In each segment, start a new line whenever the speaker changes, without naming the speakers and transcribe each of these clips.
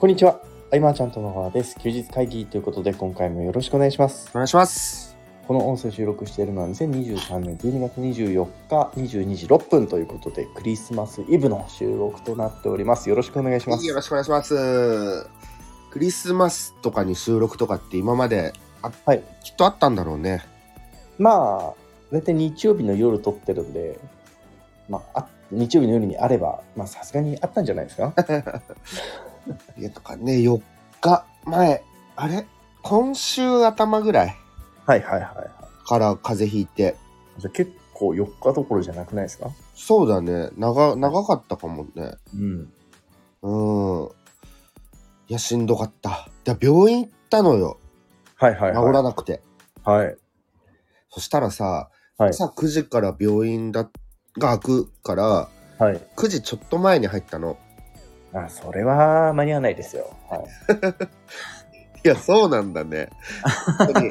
こんにちは。アイマーちゃんと野川です。休日会議ということで、今回もよろしくお願いします。
お願いします。
この音声収録しているのは2023年12月24日22時6分ということで、クリスマスイブの収録となっております。よろしくお願いします。
よろしくお願いします。クリスマスとかに収録とかって今まであ、
はい
きっとあったんだろうね。
まあ、大体日曜日の夜撮ってるんで、まあ、あ日曜日の夜にあれば、まあ、さすがにあったんじゃないですか。
いやとかね、4日前、あれ今週頭ぐらい
はいはいはい。
から風邪ひいて。
じゃあ結構4日どころじゃなくないですか
そうだね。長、長かったかもね。
うん。
うん。いや、しんどかった。だ病院行ったのよ。
はいはい
治
はい。
らなくて。
はい。
そしたらさ、
はい
朝9時から病院だが開くから、
はい。
9時ちょっと前に入ったの。
あ、それは間に合わないですよ。はい。
いや、そうなんだね。本当に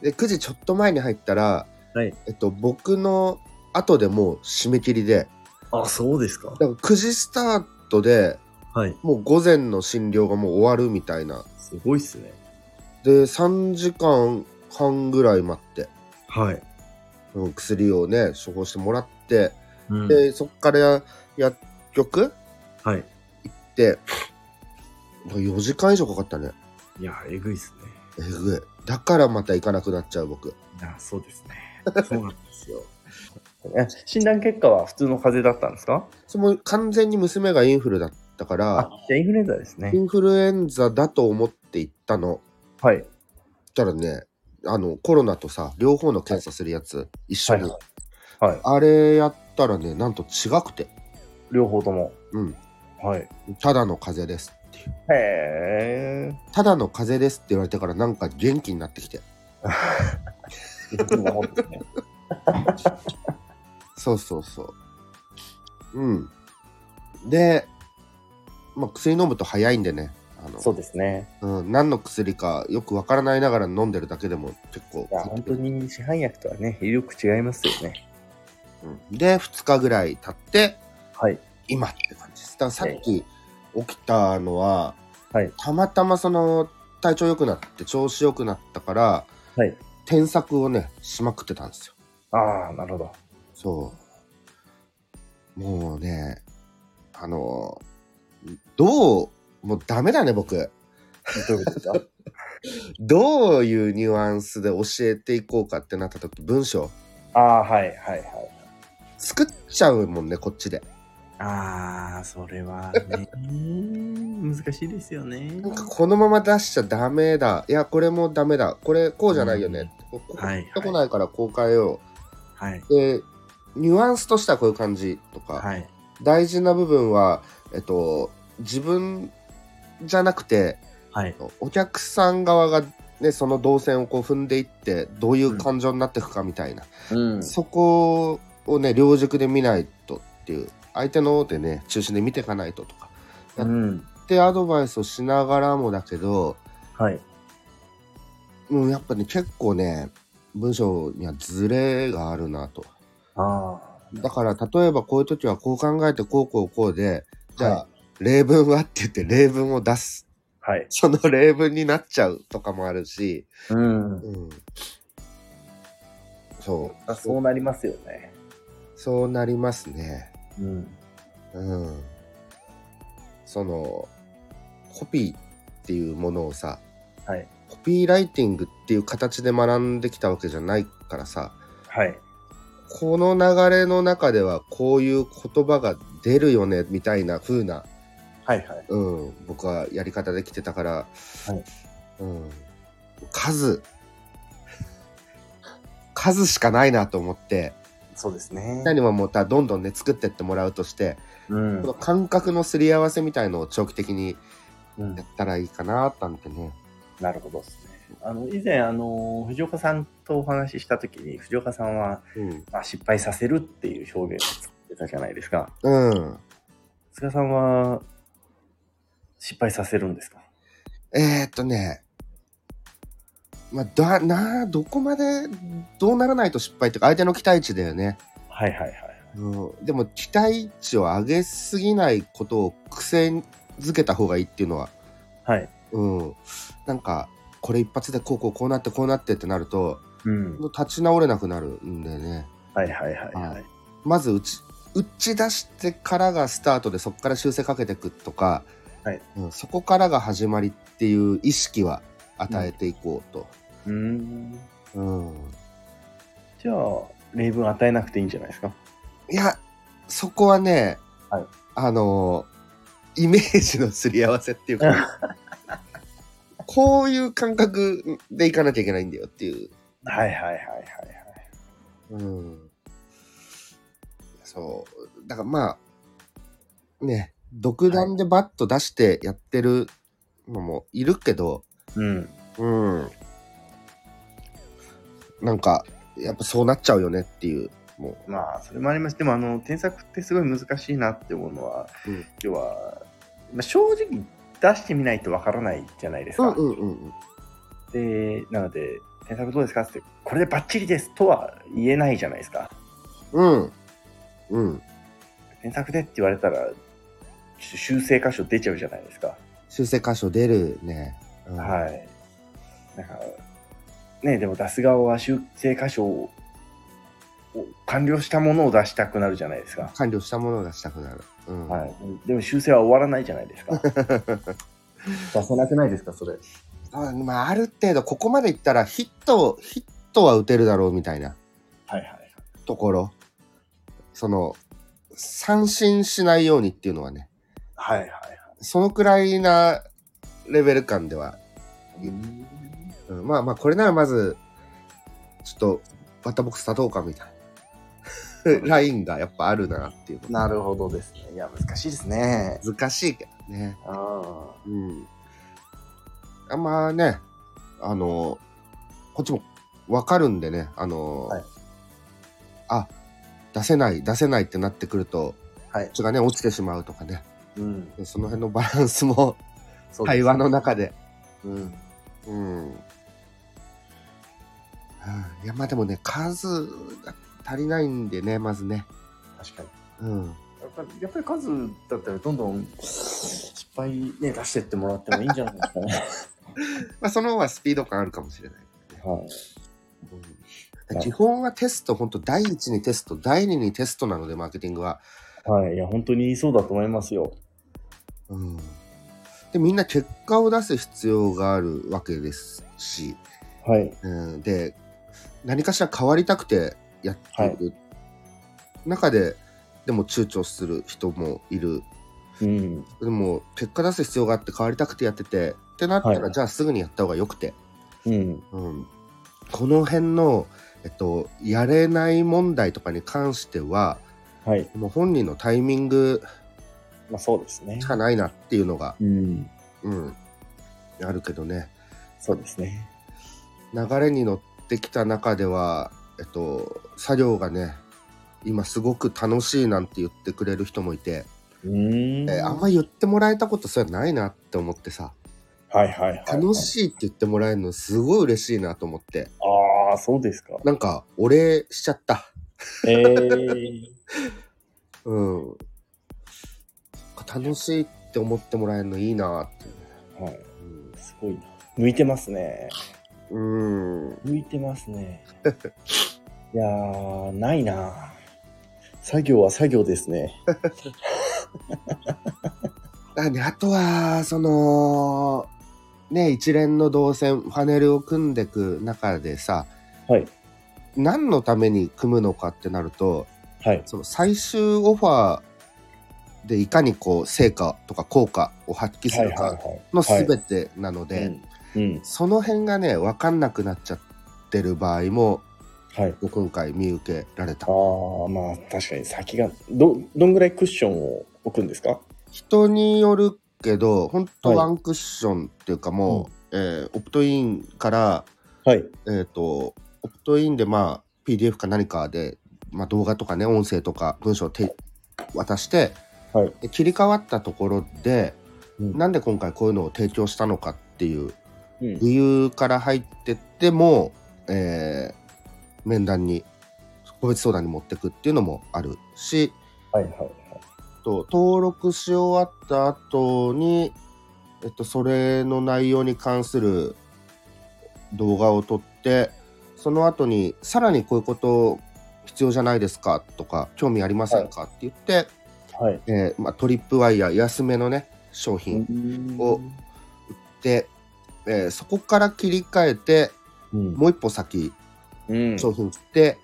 で、9時ちょっと前に入ったら、
はい
えっと、僕の後でもう締め切りで、
あ、そうですか
だから9時スタートで
はい。
もう午前の診療がもう終わるみたいな。
すごいっすね。
で、3時間半ぐらい待って、
はい。
うん、薬をね、処方してもらって、
うん
で、そっからや薬局
はい。
で、4時間以上かかったね。
いや、えぐいっすね。
えぐい。だからまた行かなくなっちゃう僕。
あ、そうですね。そうなんですよ。 え診断結果は普通の風邪だったんですか
その完全に娘がインフルだったから、
あ、じゃあインフルエンザですね
イ。ンフルエンザだと思って行ったの。
はい。
そしたらね、あの、コロナとさ、両方の検査するやつ、一緒に。
はい。はい。
あれやったらね、なんと違くて、
両方とも。
うん。
はい。へ
ただの風邪ですっていう。
え。
ただの風邪ですって言われてから、なんか元気になってきて。 そうそうそう。うん。で、まあ、薬飲むと早いんでね。あの
そうですね。
うん、何の薬かよくわからないながら飲んでるだけでも結構
いや、本当に市販薬とはね、威力違いますよね。
うんで2日ぐらい経って
はい。
今って感じです。だからさっき起きたのは、
はい
たまたまその体調良くなって調子良くなったから、
はい
添削をねしまくってたんですよ。
ああ、なるほど。
そう。もうね、あの、どう、もうダメだね僕。
どういうことですか
どういうニュアンスで教えていこうかってなった時文章
ああ、はい、はい、はい。
作っちゃうもんねこっちで。
ああ、それはね、 難しいですよね。
なんかこのまま出しちゃダメだ。いや、これもダメだ。これこうじゃないよね。ここ
はい
ここないからこう変えよ
はい、
う。で、ニュアンスとしてはこういう感じとか、
はい、
大事な部分は、えっと、自分じゃなくて、
はい。
お客さん側がね、その動線をこう踏んでいって、どういう感情になっていくかみたいな。
うん
そこをね、両軸で見ないとっていう、相手のでね、中心で見ていかないととか。
うん、
で、アドバイスをしながらもだけど、
はい。
うん、やっぱね、結構ね、文章にはズレがあるなと。
あ
だから、例えばこういう時はこう考えて、こうこうこうで、じゃあ、
は
例文はって言って例文を出す。
あ、はい。
その例文になっちゃうとかもあるし、
うん。
うん。そう。
あそうなりますよね。
そうなりますね。
うん。
うん。その、コピーっていうものをさ、
はい、
コピーライティングっていう形で学んできたわけじゃないからさ、
はい。
この流れの中ではこういう言葉が出るよねみたいな風な、
はい、はい。
うん、僕はやり方できてたから、
はい
うん、数数しかないなと思って
そうですね
みんなにもまたどんどんね作ってってもらうとして、
うん
この感覚のすり合わせみたいのを長期的に
うん
やったらいいかななんてね。
なるほどですね。あの、以前、あの、藤岡さんとお話ししたときに、藤岡さんは、
うん、
まあ、失敗させるっていう表現を作ってたじゃないですか。
うん、
菅さんは、失敗させるんですか
えー、っとねまあ、だなどこまでどうならないと失敗っていうか相手の期待値だよね。
はい、はい、はい。
うんでも期待値を上げすぎないことを癖づけた方がいいっていうのは、
はい。
うん、なんかこれ一発でこうこうこうなってこうなってってなると
うん。
立ち直れなくなるんでね
はいはいはいはい。
まず打ち打ち出してからがスタートでそこから修正かけていくとか、
はい
うん、そこからが始まりっていう意識は与えていこうと。
うーん。
うん
じゃあ、例文与えなくていいんじゃないですか。
いやそこはね、
はい
あのイメージのすり合わせっていうか こういう感覚でいかなきゃいけないんだよっていう。
はいはいはいはいはい。
うん、そうだからまあね独断でバッと出してやってるのもいるけど、
うん。
うんなんかやっぱそうなっちゃうよねっていうも
まあ、それもあります。でも、あの、添削ってすごい難しいなって思うのは、
う、うん、
要は、まあ、正直出してみないとわからないじゃないです
う
か。
んうんうんうん
で、なので、添削どうですかって、これでバッチリですとは言えないじゃないですか。
うん。うん。
添削でって言われたら、し修正箇所出ちゃうじゃないですか。
修正箇所出るね。うん
はい。なんか、ね、でも出す側は修正箇所をを完了したものを出したくなるじゃないですか。
完了したものがしたくなる。うん。
はい。でも修正は終わらないじゃないです か。出せなくないですか、それ。
あまあ、ある程度、ここまでいったらヒットを、ヒットは打てるだろうみたいな
はいはい。
ところ。その、三振しないようにっていうのはね、
はいはいは
そのくらいなレベル感では、
い。
うん、まあまあ、これならまず、ちょっと、バッターボックス立とうかみたいなラインがやっぱあるなっていう。
なるほどですね。いや、難しいですね。
難しいけどね。
あ
うん。あまあね、あの、こっちもわかるんでね、あの、
はい
あ、出せない、出せないってなってくると、
はい
こっちがね、落ちてしまうとかね、
ーうん。
でその辺のバランスも
そうです
会話の中で。
うん。
うん。いや、まあでもね、数が足りないんでね、まずね。
確かに。
うん。
やっぱりやっぱり数だったらどんどん失敗ね出してってもらってもいいんじゃないですかね。
まあ、その方がスピード感あるかもしれない。
はい。
うん基本はテスト、本当第一にテスト、第二にテストなので、マーケティングは。
はい、いや、本当にそうだと思いますよ。
うん、で、みんな結果を出す必要があるわけですし、
はい。
うん、で、何かしら変わりたくてやってる中で、でも躊躇する人もいる。
うん。
でも、結果出す必要があって変わりたくてやってて、ってなったら、
はい
じゃあすぐにやった方がよくて。
うん。
うん、この辺の、えっと、やれない問題とかに関しては、
はい。
もう本人のタイミング
まあ、そうですね
し。かないなっていうのが、
うん。
うん、あるけどね
そうですね。
流れに乗ってきた中では、えっと、作業がね今すごく楽しいなんて言ってくれる人もいて、
うん
えーあんま言ってもらえたことそれないなって思ってさ
はいはいはい。
楽しいって言ってもらえるのすごい嬉しいなと思って
ああ、そうですか。
なんかお礼しちゃった
ええ
うん楽しいって思ってもらえるのいいなって、
はい。すごいな。向いてますね。
うんうん
向いてますね。いやー、ないな。作業は作業ですね。
だね、あとは、その、ね、一連の動線、パネルを組んでく中でさ、
はい。
何のために組むのかってなると、
はい。
その最終オファーでいかにこう、成果とか効果を発揮するかの全てなので、
うん。うん。
その辺がね、分かんなくなっちゃってる場合も、
はい。
ご今回見受けられた。
ああ、まあ確かに先が、ど、どんぐらいクッションを置くんですか
人によるけど、本当
はい
ワンクッションっていうかもう、えーオプトインから、
はい。
えっ、と、オプトインで、まあ、PDF か何かで、まあ、動画とかね、音声とか文章を手渡して、
はい
で切り替わったところで、
うん
なんで今回こういうのを提供したのかっていう
うん。
理由から入ってっても、えー面談に、個別相談に持ってくっていうのもあるし、
はいはいはい。
あとと、登録し終わった後に、えっと、それの内容に関する動画を撮って、その後に、さらにこういうこと必要じゃないですかとか、興味ありませんかって言って、
はい。
えーまあ、トリップワイヤー、安めのね、商品をで、えーそこから切り替えて、
うん、
もう一歩先、
うん、
商品切って、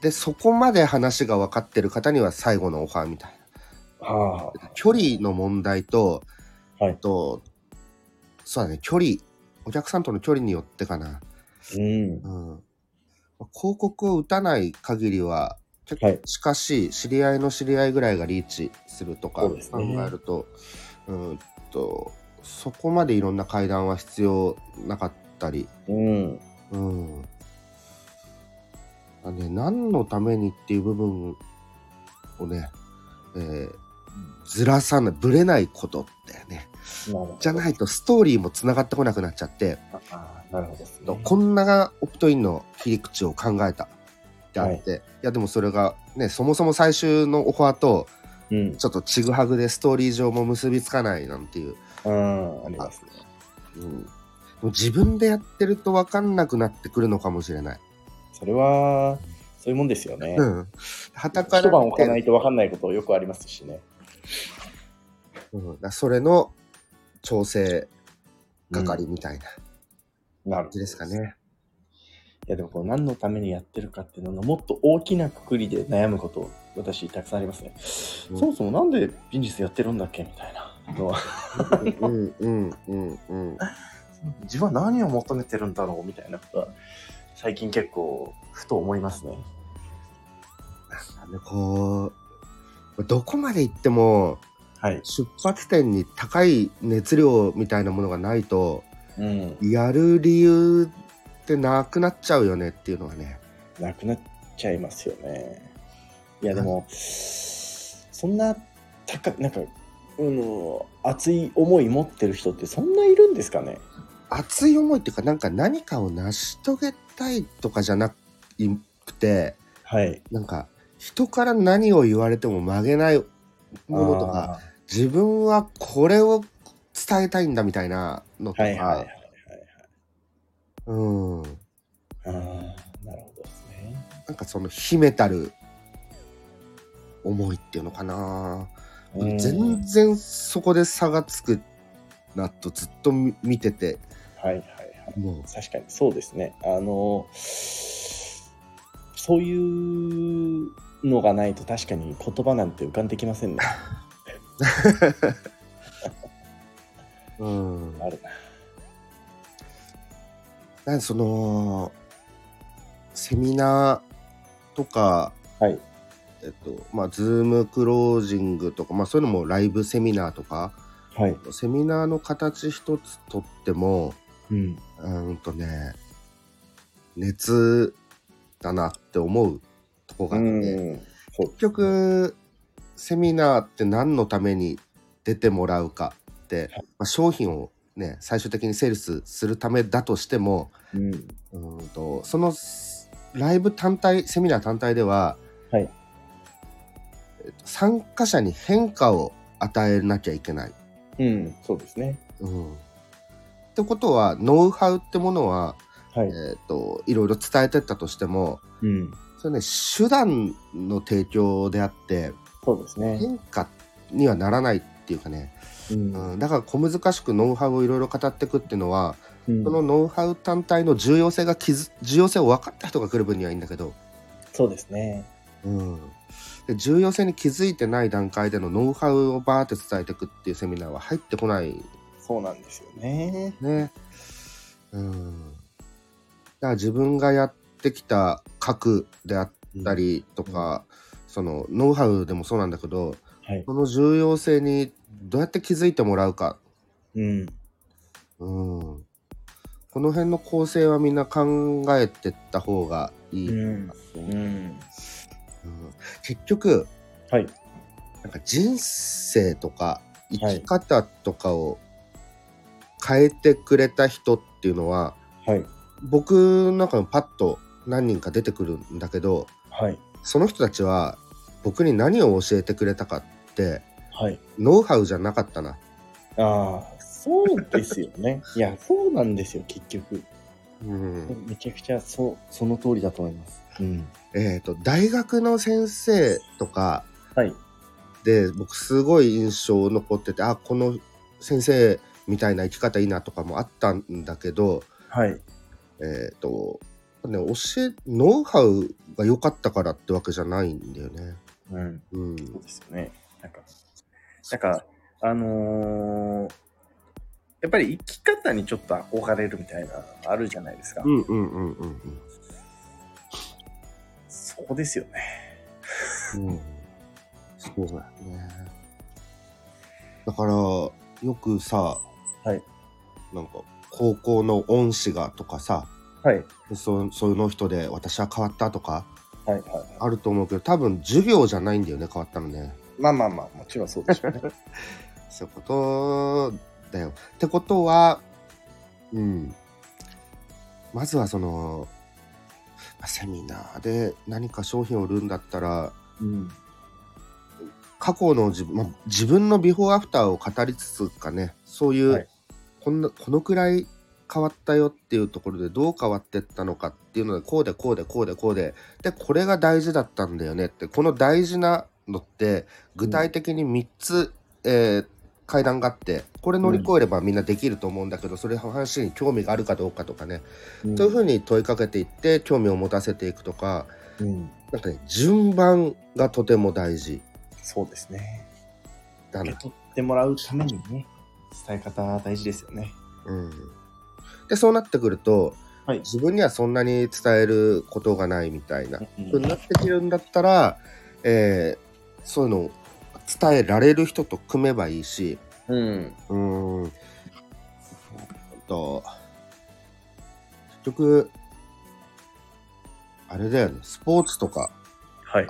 で、そこまで話が分かってる方には最後のオファーみたいな。
はあ、
距離の問題と、
はい
えっと、そうだね、距離、お客さんとの距離によってかな。
うん
う、ん。広告を打たない限りは、結
はい
構近しい、知り合いの知り合いぐらいがリーチするとか
そ
考
うですね
えると、うーんと、そこまでいろんな会談は必要なかったり、
うん、。
うん。だね、何のためにっていう部分をね、えーずらさない、ぶれないことだよね。じゃないいとストーリーも繋がってこなくなっちゃって、
ああ、なるほどですね、
こんなオプトインの切り口を考えたってあって、い、やでもそれがね、そもそも最終のオファーと
うん、
ちょっとちぐはぐでストーリー上も結びつかないなんていう、
うん、ありますね。
うん、でも自分でやってると分かんなくなってくるのかもしれない。
それは、そういうもんですよね。
うん。旗から
一晩置か
見て
ないと分かんないことよくありますしね。
うん、だからそれの調整係みたいな感
なるほ
じ
ど
ですか。ね。
いやでもこう何のためにやってるかっていうののもっと大きなくくりで悩むこと私たくさんありますね、
うん
そもそもなんでビジネスやってるんだっけみたいなのは
うんうんうんうん。
自分は何を求めてるんだろうみたいなことは最近結構ふと思いますね
なんかねこうどこまで行っても
はい、
出発点に高い熱量みたいなものがないと
うん、
やる理由ってなくなっちゃうよねっていうのはね。
なくなっちゃいますよねいやでも、そんな高なんか、うん、熱い思い持ってる人ってそんないるんですかね
熱い思いっていうかなんか何かを成し遂げたいとかじゃなくて
はい
なんか人から何を言われても曲げないものとか
あ
自分はこれを伝えたいんだみたいなのと
ー
か、
はいはいはい
うん
あーなるほどですね
なんかその秘めたる思いっていうのかな、
うん
全然そこで差がつくなとずっと見見てて
はいはいはい
も
確かにそうですねあのそういうのがないと確かに言葉なんて浮かんできませんね
う、うん、
あるな
なんかそのセミナーとか、
はい
えっとまあ、ズームクロージングとか、まあ、そういうのもライブセミナーとか
はい、
セミナーの形一つとっても、
うん、
うーんとね、熱だなって思うとこがあって、
うんそう
結局、セミナーって何のために出てもらうかって、
はい
まあ、商品をね、最終的にセールスするためだとしても、
うん
うーんとそのライブ単体、セミナー単体では、
はい
えっと参加者に変化を与えなきゃいけない。
うん、そうですね
うん、ってことは、ノウハウってものは、
はい、
えっといろいろ伝えてったとしても
うん、
それね手段の提供であって
そうですね、
変化にはならないっていうかね、
うん
うん、だから小難しくノウハウをいろいろ語ってくっていうのは、
うん
そのノウハウ単体の重要性が気づ重要性を分かった人が来る分にはいいんだけど、
そうですね
うん、で重要性に気づいてない段階でのノウハウをバーって伝えてくっていうセミナーは入ってこない
そうなんですよね
ね。うん。だから自分がやってきた核であったりとか、そのノウハウでもそうなんだけど、
はい、
その重要性にどうやって気づいてもらうか。
うん、
うん。この辺の構成はみんな考えてった方がいい。
うんうん、
うん結局、
はい
なんか人生とか生き方とかを変えてくれた人っていうのは、
はい
僕の中にパッと何人か出てくるんだけど
はい
その人たちは僕に何を教えてくれたかって
はい。
ノウハウじゃなかったな。
ああ、そうですよね。いや、そうなんですよ、結局。
うん。
めちゃくちゃ、そう、その通りだと思います。うん。
えっ、と、大学の先生とか
はい。
で、僕すごい印象残ってて、あ、この先生みたいな生き方いいなとかもあったんだけど、
はい。
えっ、と、ね、教え、ノウハウが良かったからってわけじゃないんだよね。
うん。
うん。
そうですよね。なんか、なんか、あのーやっぱり生き方にちょっと憧れるみたいなのあるじゃないですか。
うんうんうんうん
そこですよね。
うん。うん。そうだよね。だから、よくさ、
はい。
なんか、高校の恩師がとかさ、
はい。
そその人で私は変わったとか
はい。はい。
あると思うけど、多分授業じゃないんだよね、変わったのね。
まあまあまあ、もちろんそうでしょうね。
そういうことだよ。ってことは、うん。まずはその、まあセミナーで何か商品を売るんだったら、
うん。
過去の自分、まあ、自分のビフォーアフターを語りつつかね、そういう、
はい
こんな、このくらい変わったよっていうところでどう変わってったのかっていうので、こうでこうでこうでこうで、で、これが大事だったんだよねって、この大事なのって、具体的に3つ、えー階段があって、これ乗り越えればみんなできると思うんだけど、それ話に興味があるかどうかとかね、というふうに問いかけていって、興味を持たせていくとか、
うん。
なんかね、順番がとても大事
そうですね。
だ
受
な
け取ってもらうためにね、伝え方は大事ですよね。
うん、でそうなってくると、
はい
自分にはそんなに伝えることがないみたいな、
うん
ふうになってくるんだったら、えーそういうのを伝えられる人と組めばいいし
うん。
うーんと結局あれだよねスポーツとか
はい。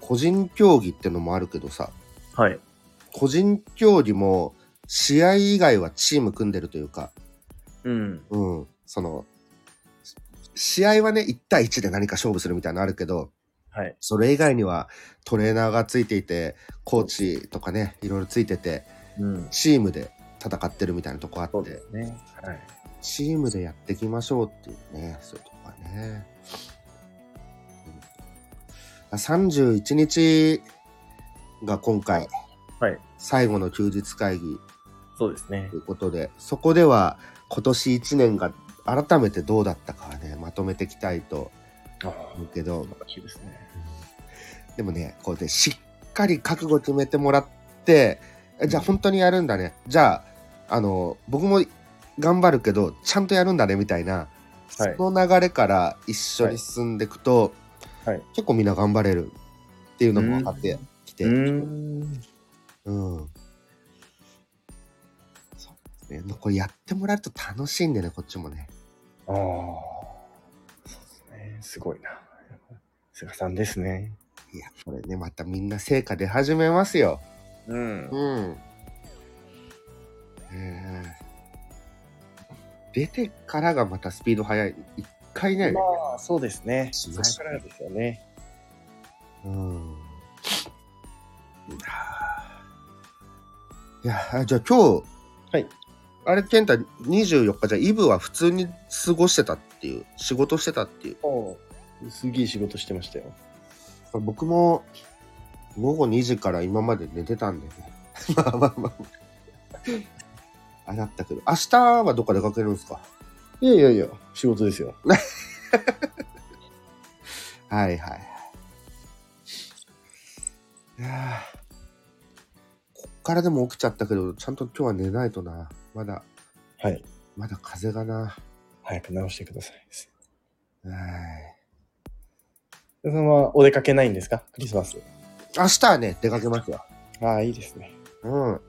個人競技ってのもあるけどさ
はい。
個人競技も試合以外はチーム組んでるというか
うん。
うん、その、し試合はね、1対1で何か勝負するみたいなのあるけど、
はい。
それ以外にはトレーナーがついていて、コーチとかね、いろいろついてて、
うん。
チームで戦ってるみたいなとこあ
そう
っ
で
て、
すね。はい。
チームでやっていきましょうっていうね、そういうとこはね。うん31日が今回、
はい。
最後の休日会議
そうですね
とい。うことで、そこでは今年1年が改めてどうだったかはね、まとめていきたいと
ああ、
思うけど、
しいですね。
でもね、こうでしっかり覚悟決めてもらって、えじゃあ本当にやるんだね。じゃあ、あの、僕も頑張るけど、ちゃんとやるんだねみたいな、
はい
その流れから一緒に進んでいくと、
はい
結構みんな頑張れるっていうのも分かってきて、
うん。
うん。そうね。これやってもらうと楽しいんでね、こっちもね。
ああ。そうですね。すごいな。菅さんですね。
いや、これね、またみんな成果出始めますよ。
うん。
うん。えー出てからがまたスピード速い。一回ね、
まあ、そうですね。
し
そ
まし
こからですよね。
うん。いや、じゃあ今日、
はい。
あれ、健太、24日、じゃあイブは普通に過ごしてたっていう、仕事してたっていう。
おすげえ仕事してましたよ。
僕も午後2時から今まで寝てたんだよね。 まあまあまあ。あれだったけど、明日はどっか出かけるんですか
いやいやいや、仕事ですよ。
はいはいはい。いやーこっからでも起きちゃったけど、ちゃんと今日は寝ないとな。まだ、
はい。
まだ風邪がな。
早く直してください。
はい。
菅さんはお出かけないんですかクリスマス。
明日はね、出かけますよ。
ああ、いいですね。
うん。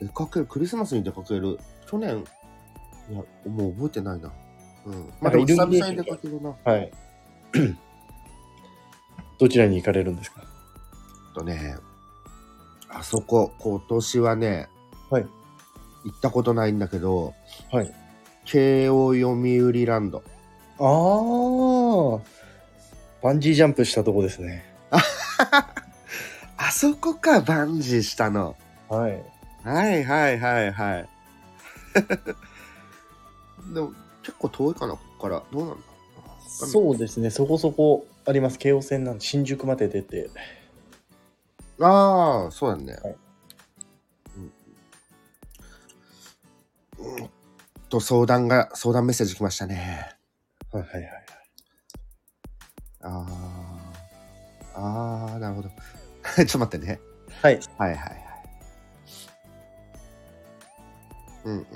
出かける、クリスマスに出かける。去年、いや、もう覚えてないな。うん。ま
なんか
だ
イルミ
久
ネーション
々に出かけるな。
はい。 どちらに行かれるんですか
えっとね、あそこ、今年はね、
はい
行ったことないんだけど、
はい。
慶応読売ランド。
ああ、バンジージャンプしたとこですね。
ああそこか、バンジーしたの。
はい。
はいはいはいはい。 でも、結構遠いかな、ここから。どうなんだ
そうですね、そこそこあります。京王線なんで、新宿まで出て。
ああ、そうだね。
はい
うんうんと相談が、相談メッセージ来ましたね。
はいはいはい。
ああ。ああ、なるほど。 ちょっと待ってね。
はい。
はいはいはい。うんうん。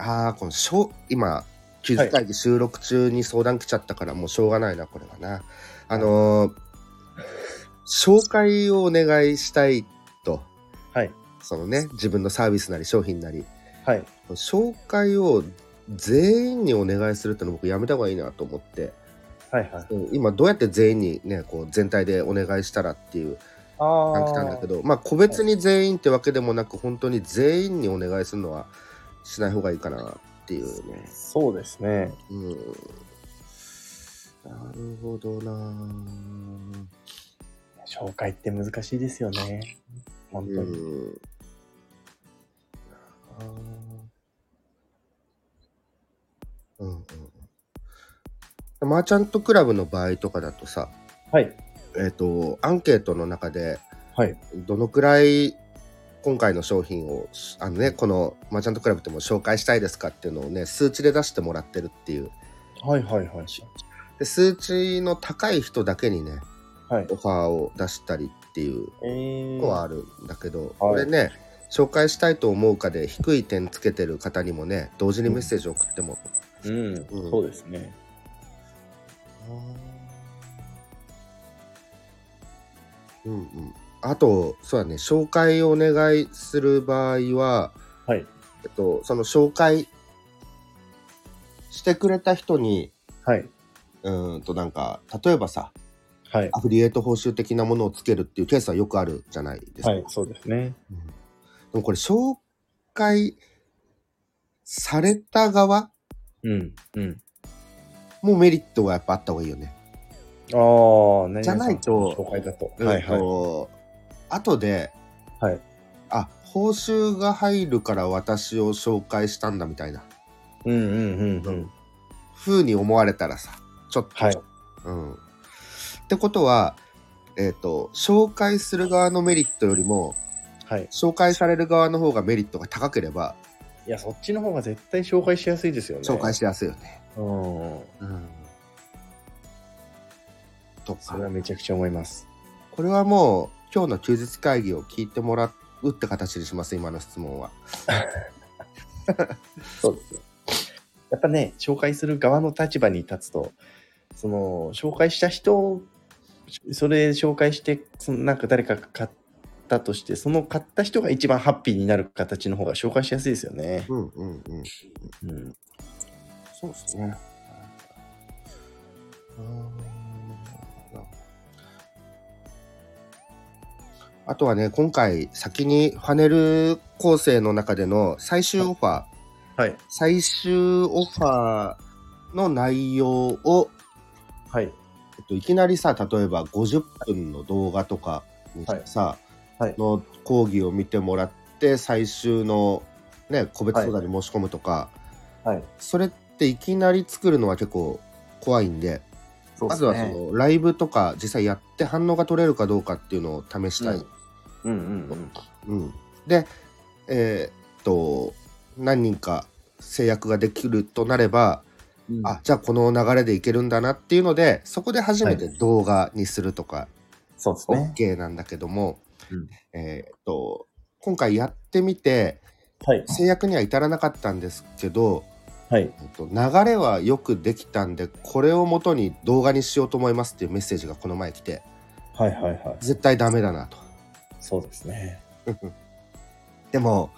ああ、このしょう、今、気遣いで収録中に相談来ちゃったから、もうしょうがないな、これはな。あのー紹介をお願いしたいと。
はい。
そのね、自分のサービスなり商品なり、
はい。
紹介を全員にお願いするっての僕やめた方がいいなと思って、
はいはい。
うん今どうやって全員にね、こう全体でお願いしたらっていう
あ
感じなんだけど、まあ個別に全員ってわけでもなく、本当に全員にお願いするのはしない方がいいかなっていうね。
そうですね。
うん。なるほどな
紹介って難しいですよね。本当に。
うん。あーうんうんうん。マーチャントクラブの場合とかだとさ、
はい。
えっ、と、アンケートの中で、
はい。
どのくらい今回の商品を、あのね、このマーチャントクラブでも紹介したいですかっていうのをね、数値で出してもらってるっていう。
はいはいはい。
で数値の高い人だけにね、
はい。
オファーを出したりっていう
えー
のはあるんだけど、
はい
これね紹介したいと思うかで低い点つけてる方にもね同時にメッセージを送っても、
うん、
うん
そうですね。
うんうん、あとそうだね紹介をお願いする場合は、
はい。
えっと、その紹介してくれた人に
はい。
うーんとなんか例えばさ
はい。
アフィリエイト報酬的なものをつけるっていうケースはよくあるじゃないですか。
はい。そうですね。
うんでもこれ紹介された側
うん。うん。
もメリットはやっぱあった方がいいよね。
ああ、何々さん
じゃないと
紹介だと。
うんと後で、
はい
あ報酬が入るから私を紹介したんだみたいな
うんうんうんうん。
風に思われたらさちょっと、
はい。
うん。ってことは、えっと紹介する側のメリットよりも
はい。
紹介される側の方がメリットが高ければ
いや、そっちの方が絶対紹介しやすいですよね。
紹介しやすいよね。
うん。
うん、とか
それはめちゃくちゃ思います。
これはもう今日の休日会議を聞いてもらうって形にします今の質問は。
そうですよ。やっぱね、紹介する側の立場に立つと、その、紹介した人を、それ紹介して、そのなんか誰かが買ったとして、その買った人が一番ハッピーになる形の方が紹介しやすいですよね。
うんうんう
う
ん。
ん。
そうですね。あとはね、今回先にファネル構成の中での最終オファー、
はい。
最終オファーの内容を、
はい。
えっと、いきなりさ、例えば50分の動画とかに
はい
さ、
はい
の講義を見てもらって、最終の、ね、個別相談に申し込むとか、
はい。
それっていきなり作るのは結構怖いんで
そう
ま
ですね
ずはそのライブとか実際やって反応が取れるかどうかっていうのを試したい、
うんうんうん。
うんでえーっと何人か制約ができるとなれば、
うん
あじゃあこの流れでいけるんだなっていうのでそこで初めて
は
動画にするとか、
そうですね。
OK なんだけども、
うん
えーっと今回やってみて
はい。
制約には至らなかったんですけど、
はい。
えっと流れはよくできたんでこれをもとに動画にしようと思いますっていうメッセージがこの前来て
はいはいはい。
絶対ダメだなと
そうですね。
でも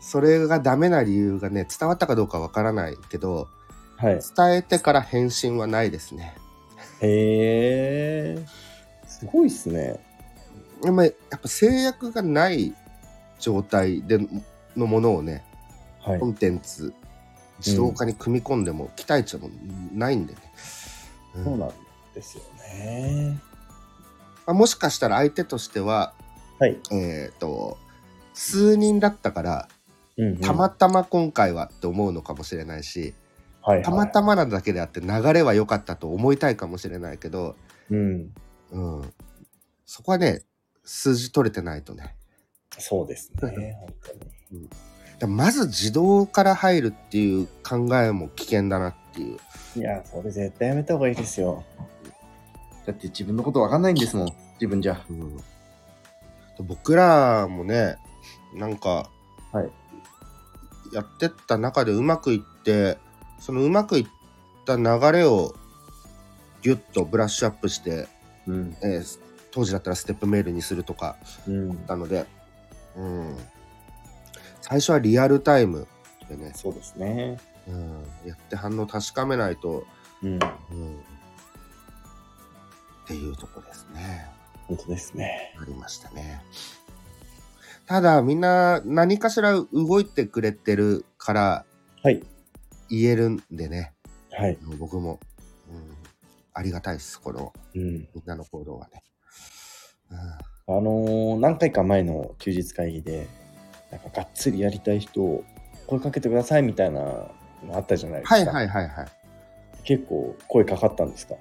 それがダメな理由がね伝わったかどうかわからないけど
はい。
伝えてから返信はないですね
へえ。すごいっすね。
でもやっぱ制約がない状態でのものをね
はい
コ。ンテンツ自動化に組み込んでも期待値もないんでね、うん
そうなんですよね。
まあ、もしかしたら相手としては
はい。
えっ、と、数人だったから、
うんうん
たまたま今回はって思うのかもしれないし、
はいはい
たまたまなだけであって流れは良かったと思いたいかもしれないけど、
うん。
うん、そこはね数字取れてないとね
そうですね。本当に。
だまず自動から入るっていう考えも危険だなっていう
いや、それ絶対やめた方がいいですよ。だって自分のことわかんないんですもん、自分じゃ。
うん、僕らもねなんか、
はい
やってった中でうまくいってそのうまくいった流れをギュッとブラッシュアップして、
うん。
えー当時だったらステップメールにするとか
うん。
なので、うん、最初はリアルタイムでね、
そうですね。
うん、やって反応確かめないと、
うん。
うん、っていうとこですね。
本当ですね。
ありましたね。ただみんな何かしら動いてくれてるから
はい。
言えるんでね、
はい。
僕も、うん、ありがたいです、この
うん。
みんなの行動はね。
あのー何回か前の休日会議で、なんかがっつりやりたい人を声かけてくださいみたいなのあったじゃない
うん、
ですか。
はいはいはいはい。
結構声かかったんですか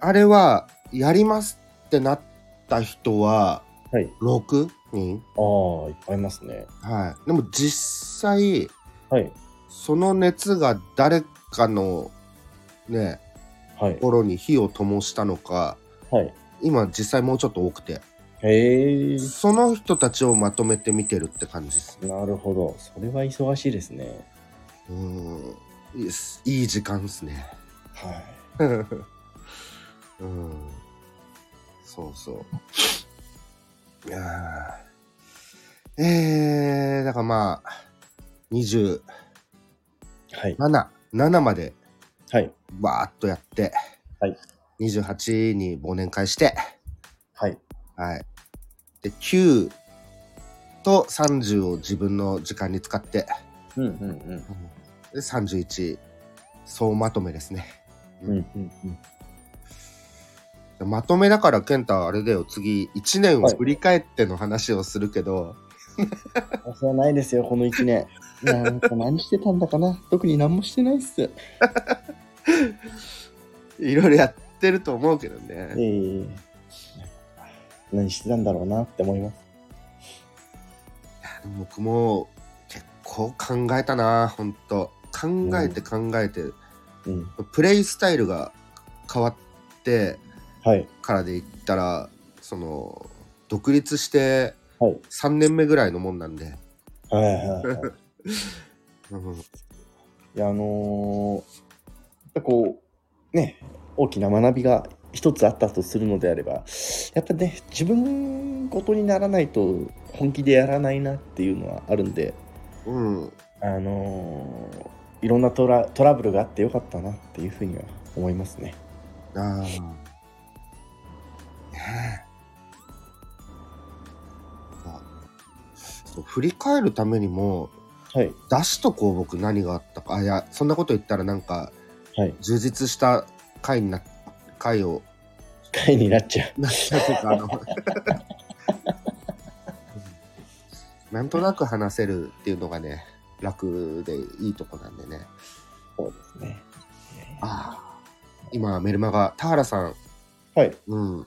あれはやりますってなった人は
はい。
6人
ああ、いっぱいいますね。
はい。でも実際
はい。
その熱が誰かのね、
はい。
心に火を灯したのか、
はい。
今実際もうちょっと多くて。
へえ。
その人たちをまとめて見てるって感じですね。
なるほど。それは忙しいですね。
うーん。いいっすいい時間ですね。
はい。
うん。そうそう。いやーえー、だからまあ、27、
はい。
7まで
はい。
わーっとやって、
はい。
28に忘年会して、
はい。
はい。で、9と30を自分の時間に使って、
うんうん
で31総まとめですね
うん。うんうんうん。
でまとめだから健太あれだよ次1年を
はい
振り返っての話をするけど、
私はないですよ、この1年。 なんか何してたんだかな特に何もしてないっす。え
い、ろいろやってると思うけど
え
ね
何してたんだろうなって思います。
僕も結構考えたなほんと考えて考えて、
うん。
プレイスタイルが変わって
はい。
からで言ったらその独立して
はい。
3年目ぐらいのもんなんで、
はいはいはい。
うん
いや、あのーやっぱこう、ね、大きな学びが一つあったとするのであれば、やっぱね、自分事にならないと本気でやらないなっていうのはあるんで、
うん、
あのーいろんなトラトラブルがあってよかったなっていうふうには思いますね。
ああ。ねえ。あそう振り返るためにも
はい。
出しとこう僕何があったかあいやそんなこと言ったらなんか
はい。
充実した回にな回を
回になっちゃう。
ななんていうかあの うんなんとなく話せるっていうのがね楽でいいとこなんでね
そうですね。
ああ今メルマガ田原さん
はい。
うん。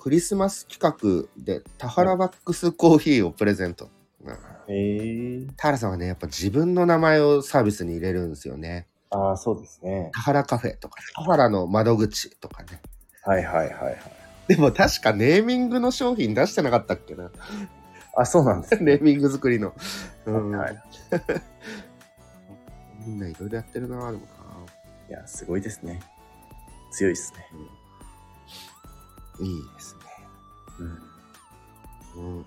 クリスマス企画でタハラバックスコーヒーをプレゼント。うん
えー、
田原さんはね、やっぱ自分の名前をサービスに入れるんですよね。
ああ、そうですね。
田原カフェとか、田原の窓口とかね。
はいはいはいはい。
でも確かネーミングの商品出してなかったっけな。
あ、そうなんです
ネ
ね
ー。ミング作りの。うん
はい。
みんないろいろやってるなでもな。
いや、すごいですね。強いですね。
いいですね。
うん
うんうんうん。い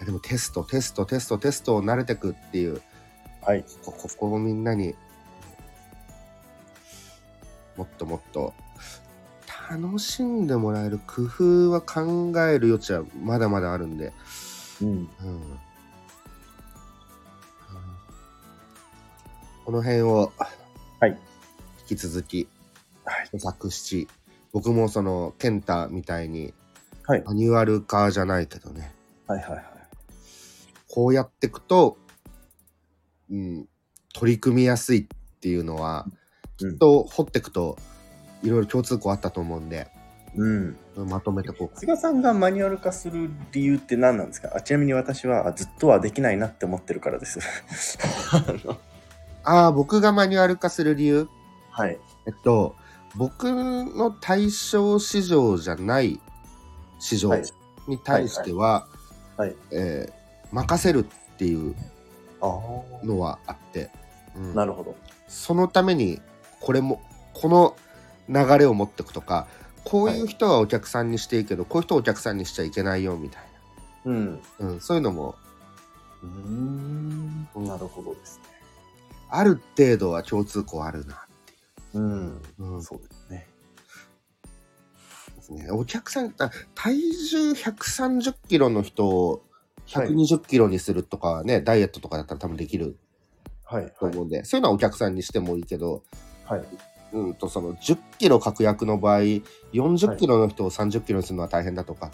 やでもテスト、テスト、テスト、テストを慣れてくっていう。
はい。
こここをみんなにもっともっと楽しんでもらえる工夫は考える余地はまだまだあるんで、
うん。
うんうんこの辺を、
はい
引き続き
はい。
作詞僕もその健太みたいに
はい
マニュアル化じゃないけどね、
はいはいはい。
こうやっていくと、うん、取り組みやすいっていうのは、
うん
きっと掘っていくと、いろいろ共通項あったと思うんで、
うん。
まとめてこうか。
菅さんがマニュアル化する理由って何なんですかあちなみに私はあずっとはできないなって思ってるからです。あの
ああ、僕がマニュアル化する理由
はい。
えっと、僕の対象市場じゃない市場
はい
に対しては、
はいはい
えー任せるっていう
あ
のはあって、うん
あ。なるほど。
そのためにこれもこの流れを持っていくとかこういう人はお客さんにしていいけど、こういう人はお客さんにしちゃいけないよみたい
うん。
な、うん、そういうのも
うん。なるほどですね。
ある程度は共通項あるな、
うん。
うん
そ
そ
うですね。
うですね、お客さんあ体重130キロの人を120キロにするとかはね、ダイエットとかだったら多分できる
はい。
と思うんで、そういうのはお客さんにしてもいいけど、
はい。
うん、とその10キロ確約の場合40キロの人を30キロにするのは大変だとか、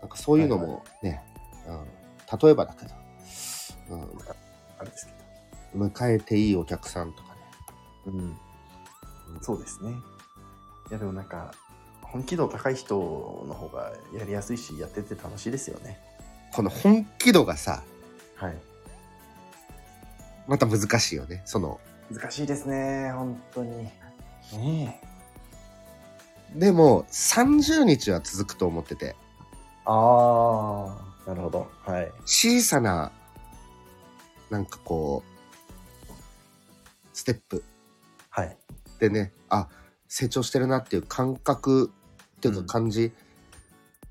なんかそういうのもね、うん、例えばだけど、
あれですけ
うん、迎えていいお客さんとかね、
ど。うん。
うん
そうですね。いやでもなんか、本気度高い人の方がやりやすいし、やってて楽しいですよね。
この本気度がさ
はい。
また難しいよねその
難しいですね、本当に。ねえ。
でも30日は続くと思ってて
ああ、なるほど。はい。
小さななんかこうステップ
はい。
でねあ成長してるなっていう感覚っていうか
うん
感じ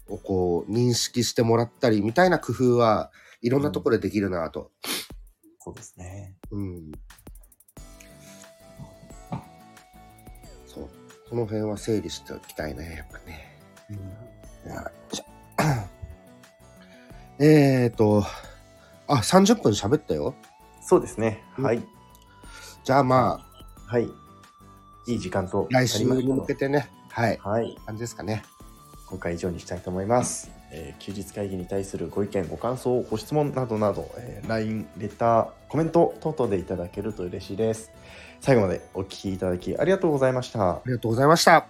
をこう認識してもらったりみたいな工夫はいろんなところでできるなと、
そうですね。
うん、そうこの辺は整理しておきたいねやっぱねよいしょ えーとあ30分喋ったよ
そうですね。
うん
はい。
じゃあまあ
はい。いい時間と
来週に向け
て。
てねはい
はい。
感じですかね
今回以上にしたいと思います。えー休日会議に対するご意見、ご感想、ご質問などなど、えー LINE、レター、コメント等々でいただけると嬉しいです。最後までお聞きいただきありがとうございました
あ。りがとうございました